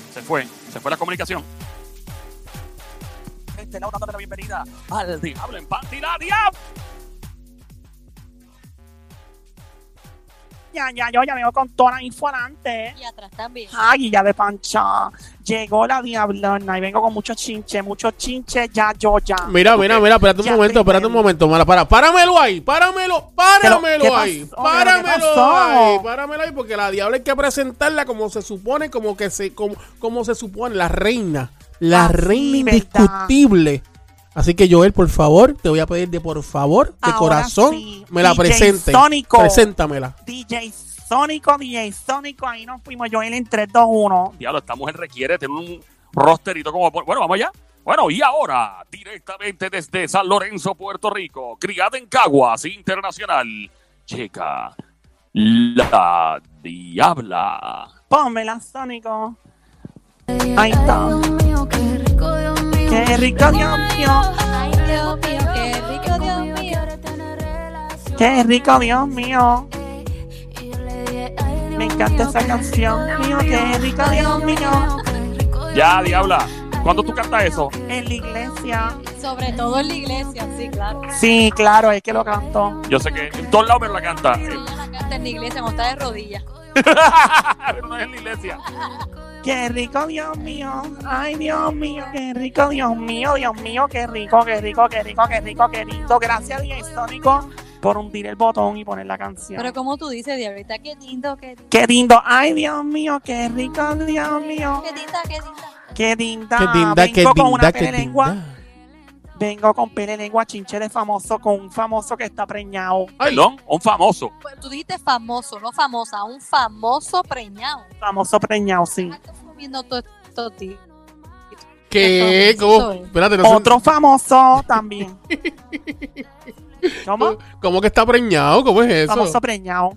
Este fue, se fue la comunicación. Este lado dándole la bienvenida al Diablo en Panty, la Diablo. Ya, ya, yo ya veo con toda la info adelante. Y atrás también. Ay, ya de pancha. Llegó la diablona y vengo con muchos chinches, muchos chinches, ya, yo, ya. Mira, mira, mira, espérate un Ya momento, estoy espérate un viendo. momento. Mara, para, páramelo ahí, páramelo, Pero, ¿qué páramelo pasó? ahí, ¿Pero qué páramelo pasó? ahí, páramelo ahí, porque la diabla hay que presentarla como se supone, como que se, como, como se supone, la reina, la Ah, sí, reina ¿verdad? indiscutible. Así que Joel, por favor, te voy a pedir de por favor, de Ahora corazón, sí, me la DJ presente. Sónico. Preséntamela. DJ Sónico, DJ Sónico, ahí nos fuimos Joel en 3, 2, 1. Diablo, esta mujer requiere tener un rosterito como. Bueno, vamos allá. Bueno, y ahora, directamente desde San Lorenzo, Puerto Rico, criada en Caguas Internacional, checa la Diabla. Pónmela, Sónico. Ahí está. Qué rico, Dios mío. Qué rico, Dios mío. Ay, Dios mío, qué rico, Dios mío. Qué rico, Dios mío. Me encanta esa canción. Mío, qué rico, Dios mío. Ya, Diabla, ¿cuándo tú cantas eso? En la iglesia. Sobre todo en la iglesia, sí, claro. Sí, claro, es que lo cantó. Yo sé que en todos lados me la canta. Ella la canta en la iglesia cuando está de rodillas. Pero no es en la iglesia. Qué rico, Dios mío. Ay, Dios mío, qué rico, Dios mío, Dios mío, qué rico, qué rico, qué rico, qué rico, qué rico. Gracias, DJ Sónico, por hundir el botón y poner la canción. Pero como tú dices, Diablita, qué lindo, qué lindo, Qué lindo. Ay, Dios mío, qué rico, Dios mío. qué linda, qué linda. Qué linda. Qué Ah, linda, Vengo qué con linda, una qué pelelengua. linda. Vengo con pele lengua chinche de famoso, con un famoso que está preñado. Perdón, un famoso. Pues Tú dijiste famoso, no famosa, un famoso preñado. Famoso preñado, sí. Ah, tú comiendo to- toti. ¿Qué? Eso, ¿Cómo? eso es. Espérate, no sé- Otro famoso también. ¿Cómo? ¿Cómo que está preñado? ¿Cómo es eso? Famoso preñado.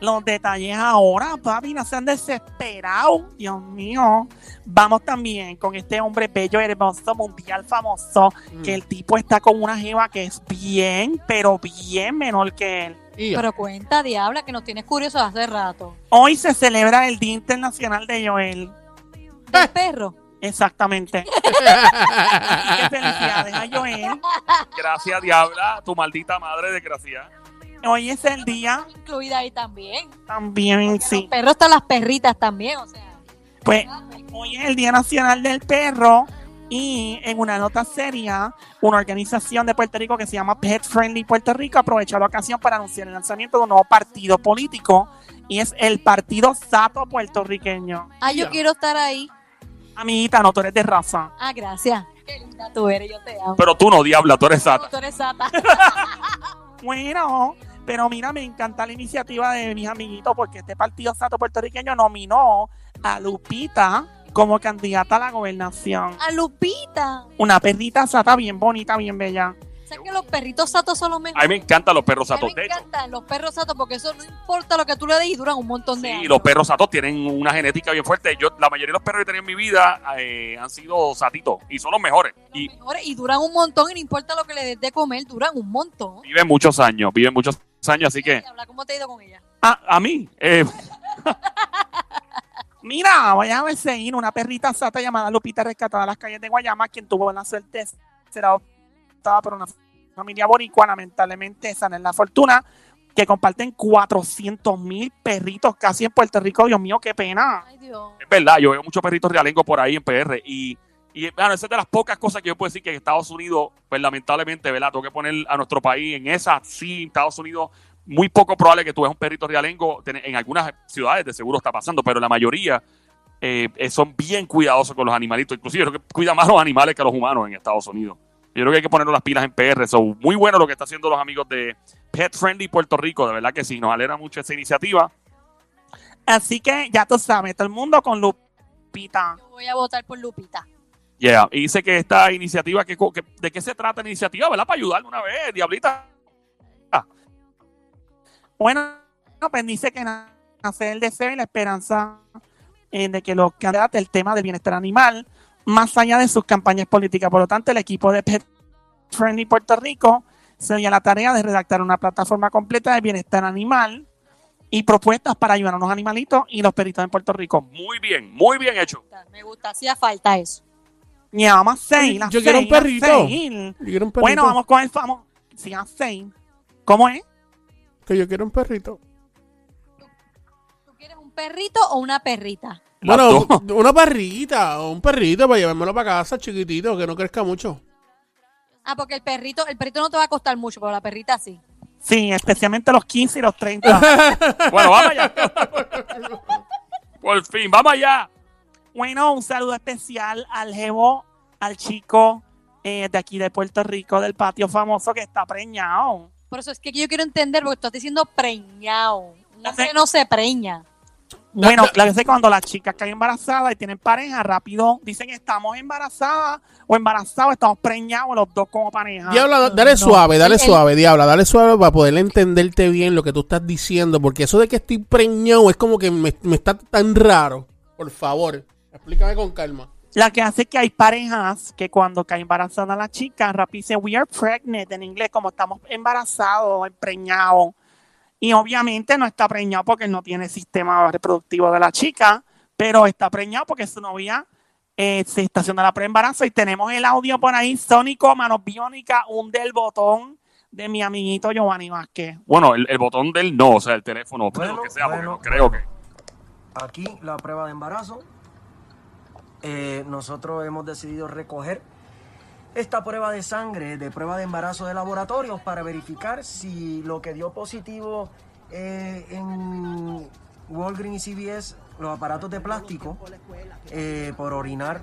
Los detalles ahora, papi, no se han desesperado. Dios mío. Vamos también con este hombre bello, hermoso, mundial famoso. Mm. Que el tipo está con una jeva que es bien, pero bien menor que él. Mm, Y- Pero cuenta, Diabla, que nos tienes curiosos hace rato. Hoy se celebra el Día Internacional de Joel. Eh. ¿Del perro? Exactamente. Así que felicidades a Joel. Gracias, Diabla, tu maldita madre, desgracia. Hoy es el día Incluida ahí también. también, Los sí. perros están las perritas también, o sea. Eh. Pues hoy es el Día Nacional del Perro y en una nota seria, una organización de Puerto Rico que se llama Pet Friendly Puerto Rico aprovechó la ocasión para anunciar el lanzamiento de un nuevo partido político y es el Partido Sato Puertorriqueño. Ay, Ah, yo Ya. quiero estar ahí. Amiguita, no, tú eres de raza. Ah, gracias. Qué linda tú eres, yo te amo. Pero tú no, Diabla, tú eres sata. Tú eres sata. Bueno, pero mira, me encanta la iniciativa de mis amiguitos porque este partido santo puertorriqueño nominó a Lupita como candidata a la gobernación. A Lupita. Una perrita sata bien bonita, bien bella. O sea que los perritos satos son los A mejores. mí me encantan los perros A mí satos. me De hecho, encantan los perros satos porque eso no importa lo que tú le des y duran un montón de Sí, años. los perros satos tienen una genética bien fuerte. Yo, la mayoría de los perros que he tenido en mi vida eh, han sido satitos y son los mejores. Los Y mejores, y duran un montón y no importa lo que le des de comer, duran un montón. viven muchos años, viven muchos años. Así que, Diabla, ¿Cómo te ha ido con ella? a, a mí, eh, Mira, voy a ver si una perrita sata llamada Lupita rescatada de las calles de Guayama, quien tuvo la suerte de ser adoptada por una familia boricua. Lamentablemente, esa no es la fortuna. Que comparten 400 mil perritos casi en Puerto Rico. Dios mío, qué pena. Ah. Ay, Dios. es verdad, yo veo muchos perritos realengos por ahí en PR. Y, y bueno, esa es de las pocas cosas que yo puedo decir que en Estados Unidos, pues lamentablemente, ¿verdad? Tengo que poner a nuestro país en esa. Sí, en Estados Unidos, muy poco probable que tú veas un perrito realengo. Ten- En algunas ciudades de seguro está pasando, pero la mayoría. eh, eh, son bien cuidadosos con los animalitos. Inclusive yo creo que cuidan más los animales que los humanos en Estados Unidos. Yo creo que hay que poner las pilas en PR. So, muy bueno lo que está haciendo los amigos de Pet Friendly Puerto Rico. De verdad que sí, nos alegra mucho esa iniciativa. Así que ya tú sabes, todo el mundo con Lupita. Yo voy a votar por Lupita. Yeah. Y dice que esta iniciativa, que, co- que- ¿de qué se trata la iniciativa? ¿Verdad? Para ayudarle una vez, diablita. Bueno, no, pues dice que na- nace el deseo y la esperanza eh, de que los candidatos el tema del bienestar animal, más allá de sus campañas políticas. Por lo tanto, el equipo de Pet Friendly Puerto Rico se dio a la tarea de redactar una plataforma completa de bienestar animal y propuestas para ayudar a unos animalitos y los perritos en Puerto Rico. Muy bien, muy bien hecho. Me gusta, hacía falta eso. Y vamos a seguir, a Yo quiero un seguir, a perrito. seguir. Yo quiero un perrito. Bueno, vamos con el famoso. Sí, a seguir. ¿Cómo es? Que yo quiero un perrito. ¿Tú quieres un perrito o una perrita? Las Bueno, dos. una perrita, un perrito para llevármelo para casa, chiquitito, que no crezca mucho. Ah, porque el perrito, el perrito no te va a costar mucho, pero la perrita sí. Sí, especialmente los 15 y los 30. Bueno, vamos allá. Por fin, vamos allá. Bueno, un saludo especial al Jebo, al chico eh, de aquí de Puerto Rico, del patio famoso que está preñado. Por eso es que yo quiero entender, porque estás diciendo preñado. Un hombre Sí. no se preña. Bueno, la veces cuando las chicas caen embarazadas y tienen pareja, rápido dicen estamos embarazadas o embarazados, estamos preñados los dos como pareja. Diabla, dale Ah, No. suave, dale El- el- suave, Diabla, dale suave para poder entenderte bien lo que tú estás diciendo, porque eso de que estoy preñado es como que me, me está tan raro. Por favor, explícame con calma. La que hace que hay parejas que cuando cae embarazada la chica, rápido dice we are pregnant en inglés, como estamos embarazados, preñados. Y obviamente no está preñado porque no tiene sistema reproductivo de la chica, pero está preñado porque su novia eh, se estaciona la preembarazo y tenemos el audio por ahí, sónico, manos biónica, un del botón de mi amiguito Giovanni Vázquez. Bueno, el, el botón del no, o sea, el teléfono, Bueno, lo que sea, porque bueno, no creo que. aquí la prueba de embarazo. Eh, nosotros hemos decidido recoger esta prueba de sangre, de prueba de embarazo de laboratorios, para verificar si lo que dio positivo eh, en Walgreens y CVS, los aparatos de plástico, eh, por orinar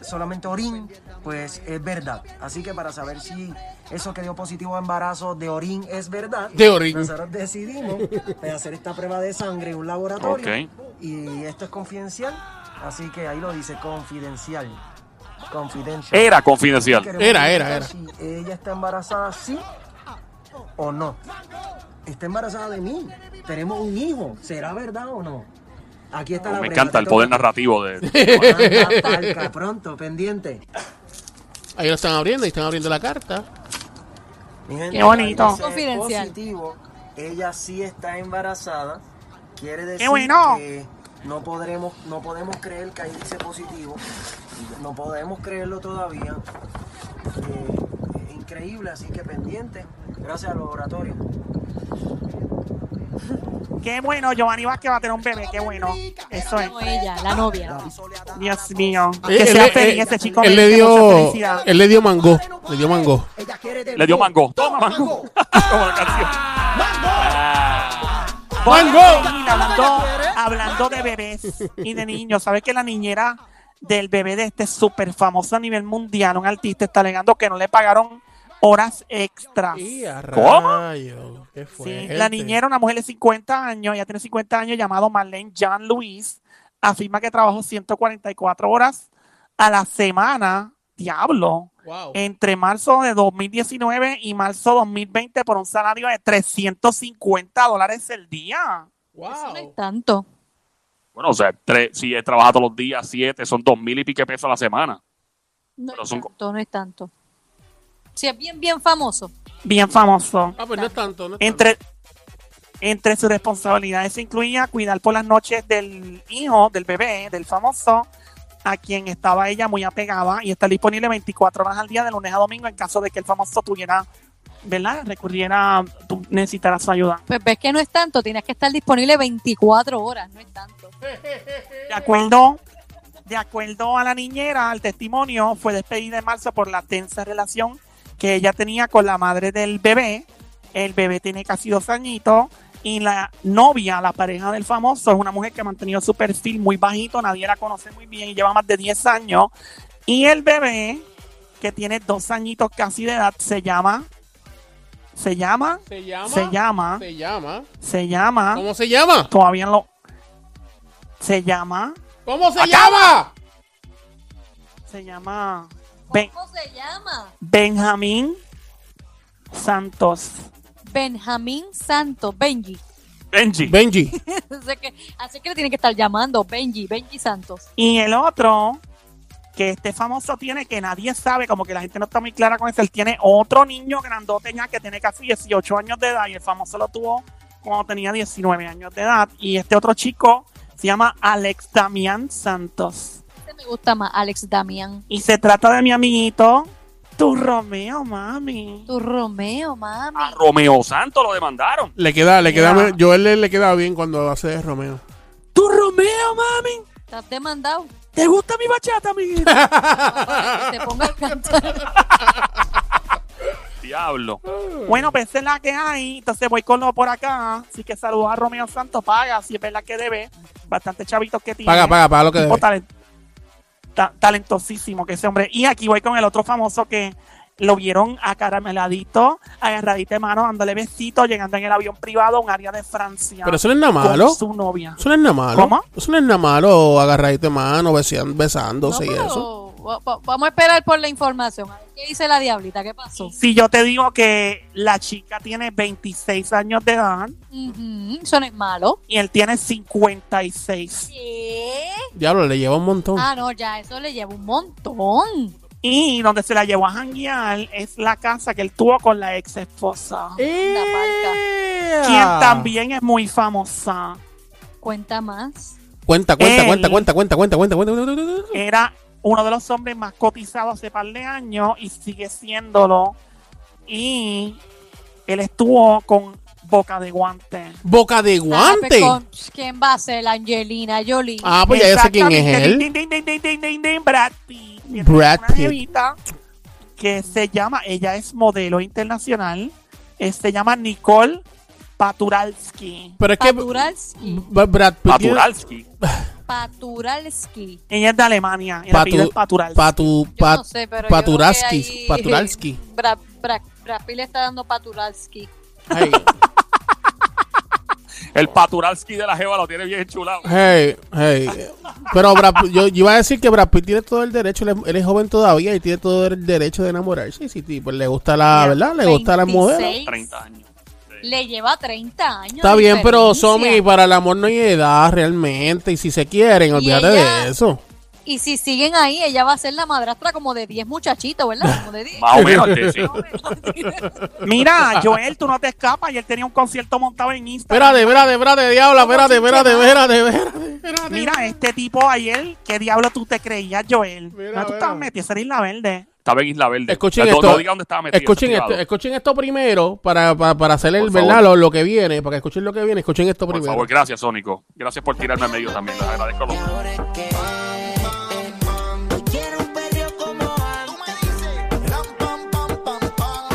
solamente orín, pues es verdad. Así que para saber si eso que dio positivo a embarazo de orín es verdad, De orín. nosotros decidimos pues, hacer esta prueba de sangre en un laboratorio. Ok. Y esto es confidencial, así que ahí lo dice confidencial. Confidencial. Eh, Era confidencial. Queremos Era, era, verificar Si ella está embarazada, sí o no. Está embarazada de mí. Tenemos un hijo. ¿Será verdad o no? Aquí está la Oh, Me prueba, encanta te el poder toca. narrativo de. Manda palca, pronto, pendiente. Ahí lo están abriendo, ahí están abriendo la carta. Mi gente, Qué bonito. al parecer Confidencial. positivo, ella sí está embarazada. Quiere decir Qué bueno. que no podremos, no podemos creer que ahí dice positivo. No podemos creerlo todavía. Eh, es increíble, así que pendiente. Gracias al laboratorio. Qué bueno, Giovanni Vázquez va a tener un bebé, qué bueno. Eso es. Como ella, la novia. Dios mío. Eh, Ah, Que él sea le- feliz eh, ese chico. Él le merece mucha dio, felicidad. Ah. él le dio mango, le dio mango. Le dio mango. Toma mango. Como la canción. Voy a seguir hablando, hablando de bebés y de niños. ¿Sabes que la niñera del bebé de este súper famoso a nivel mundial, un artista, está alegando que no le pagaron horas extras? Y Sí, a ¿Cómo? rayos, qué fuerte. la niñera, una mujer de 50 años, ella tiene 50 años, llamado Marlene Jean Louis, afirma que trabajó 144 horas a la semana. Diablo. Wow. entre marzo de 2019 y marzo 2020 por un salario de 350 dólares el día. Eso no wow. es tanto. Bueno, o sea, tres, si él trabaja todos los días, siete, son dos mil y pique pesos a la semana. No Pero es son- tanto, no es tanto. Si es bien, bien famoso. Bien famoso. Ah, pues no es tanto, no es tanto. Entre, entre sus responsabilidades incluía cuidar por las noches del hijo, del bebé, del famoso, a quien estaba ella muy apegada y estar disponible 24 horas al día de lunes a domingo en caso de que el famoso tuviera, ¿verdad? Recurriera, tu- necesitara su ayuda. Pues ves que no es tanto, tienes que estar disponible 24 horas, no es tanto. De acuerdo, de acuerdo a la niñera, el testimonio fue despedida en marzo por la tensa relación que ella tenía con la madre del bebé. El bebé tiene casi dos añitos y la novia, la pareja del famoso, es una mujer que ha mantenido su perfil muy bajito, nadie la conoce muy bien y lleva más de 10 años. Y el bebé, que tiene dos añitos casi de edad, se llama, se llama, Se llama, se llama, Ah. se llama. se llama, ¿Cómo se llama? todavía no, se llama, ¿Cómo se llama? se llama Ben- ¿Cómo se llama? Benjamín Santos. Benjamín Santos, Benji. Benji. Benji. Así que, así que le tienen que estar llamando Benji, Benji Santos. Y el otro, que este famoso tiene, que nadie sabe, como que la gente no está muy clara con eso, él tiene otro niño grandote ya que tiene casi 18 años de edad y el famoso lo tuvo cuando tenía 19 años de edad. Y este otro chico se llama Alex Damián Santos. Este me gusta más, Alex Damián. Y se trata de mi amiguito, tu Romeo, mami. Tu Romeo, mami. Ah. A Romeo Santos lo demandaron. Le queda, le queda, Ya. Joel le, le queda bien cuando hace de Romeo. Tu Romeo, mami. Estás demandado. ¿Te gusta mi bachata, amiguito? Para que te pongas a cantar. Diablo. bueno, pues esa es la que hay. Entonces voy con lo por acá. Así que saludos a Romeo Santos. Paga, si es verdad que debe. Bastante chavitos que tiene. Paga, paga, paga lo que Tipo debe. talent- ta- talentosísimo que ese hombre. Y aquí voy con el otro famoso que lo vieron acarameladito, agarradito de mano, dándole besito, llegando en el avión privado a un área de Francia. Pero eso no es nada con malo. su novia. Eso no es nada malo. ¿Cómo? Eso no es nada malo, agarradito de mano, besean- No, besándose y pero eso. va- va- Vamos a esperar por la información. A ver, ¿Qué dice la diablita? ¿Qué pasó? Si yo te digo que la chica tiene 26 años de edad Ujú, Eso no es malo. y él tiene 56. ¿Qué? Diablo, le lleva un montón. Ah, no, ya, eso le lleva un montón. Y donde se la llevó a janguear es la casa que él tuvo con la ex esposa. ¡Eh! La palca. Quien también es muy famosa. Cuenta más. Cuenta, cuenta, Él. cuenta, cuenta, cuenta, cuenta, cuenta, cuenta, cuenta, cuenta, cuenta. era uno de los hombres más cotizados hace par de años y sigue siéndolo. Y él estuvo con boca de guante. Boca de Ah, pues, guante. con- ¿Quién va a ser? Angelina Jolie. Ah, pues ya yo sé quién es Exactamente. él. Din, din, din, din, din, din, din, Brad Pitt. Tiene Brad una Pitt. jevita que se llama, ella es modelo internacional, eh, se llama Nicole Paturalski. Pero es que Paturalski. B- Brad Pitt tiene- Paturalski. Paturalski. Ella es de Alemania, el Patu- apellido es Paturalski. Patu, Yo Pat- no sé, pero yo Paturalski, creo que ahí- Paturalski. Bra, Bra- Brad Pitt le está dando Paturalski. Hey, El Paturalski de la Jeva lo tiene bien chulado. hey, hey. Pero Brad Pitt- yo, yo iba a decir que Brad Pitt tiene todo el derecho, él es, él es joven todavía y tiene todo el derecho de enamorarse. Y si ti- pues, le gusta la, ¿verdad? Le gusta la modelo. 26. 30 años. Le lleva 30 años. Está de bien, pero diferencia. Somi, para el amor no hay edad realmente. Y si se quieren, Y olvídate ella- de eso. Y si siguen ahí, ella va a ser la madrastra como de 10 muchachitos, ¿verdad? Como de 10. Más o menos, que sí. Mira, Joel, tú no te escapas y él tenía un concierto montado en Instagram. Espérate, espérate, espérate, diabla, espérate, espérate, espérate, espérate, espérate. Mira, este tipo ayer, ¿qué diablo tú te creías, Joel? Mira, no, tú mira. estabas metido, esa era Isla Verde. Estaba en Isla Verde. Escuchen No- esto. No diga dónde estaba metido. escuchen, ese esto, privado. escuchen esto primero para, para, para hacer el, Por ¿verdad? favor. Lo, lo que viene, para que escuchen lo que viene, escuchen esto Por primero. favor, gracias, Sónico. Gracias por tirarme al medio también. Les agradezco los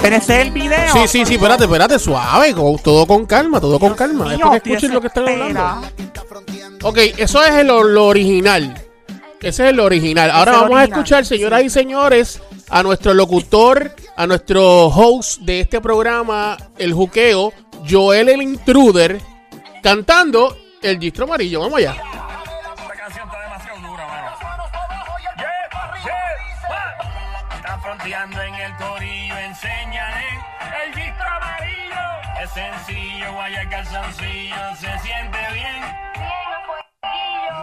Pero ese es el video. Sí, sí, sí, espérate, espérate, suave, con- todo con calma, todo con calma. Dios Es porque mío, escuchen te lo que están desespera. hablando. Ok, eso es el- lo, lo original. Ese es el original. Ahora es el vamos a original, escuchar, señoras y señores, a nuestro locutor, a nuestro host de este programa, El Juqueo, Joel el Intruder, cantando el distro amarillo. Vamos allá. Esta canción está demasiado dura, mano. Yeah, yeah, Está fronteando en el corillo, enséñale el gistro amarillo. Es sencillo, vaya el calzoncillo, se siente bien. pues,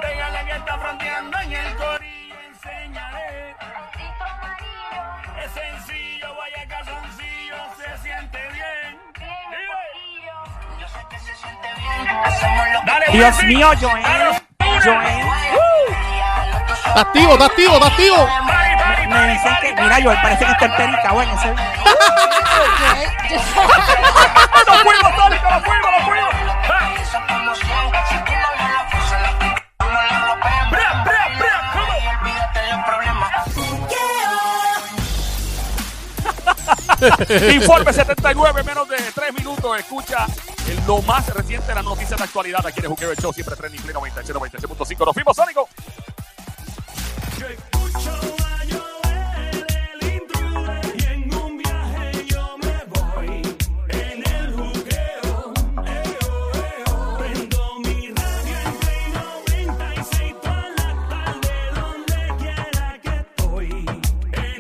Pégale que está fronteando en el corillo, enséñale. Es sencillo, vaya el calzoncillo, se siente bien. pues, Yo sé que se siente bien. Dale, Dios Wilfried. mío, Joel. Joel. Está activo, está activo, está activo. Party, party, Me party, dicen que, party, mira, Joel, party, parece que está party, empericado en ese video. ¡Los fuimos, Tónico! ¡Los fuimos, los fuimos! ¡Ah! ¡Ah! ¡Bra, bra, bra! ¿Cómo? Informe 79, menos de 3 minutos. Escucha el- lo más reciente de las noticias de actualidad. Aquí en el Juqueo el Show, siempre 3 Play 96, 96.5. Nos fuimos, Sónico. Yo escucho a Joel, el intruder, y en un viaje yo me voy. En el juqueo, eh, oh, eh, oh. Prendo mi radio en Play 96 toda la tarde, donde quiera que estoy.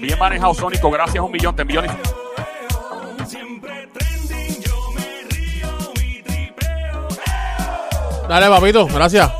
Bien manejado, Sónico. Gracias un millón. Te envío la Siempre trending, yo me río y tripeo. Dale, papito, gracias.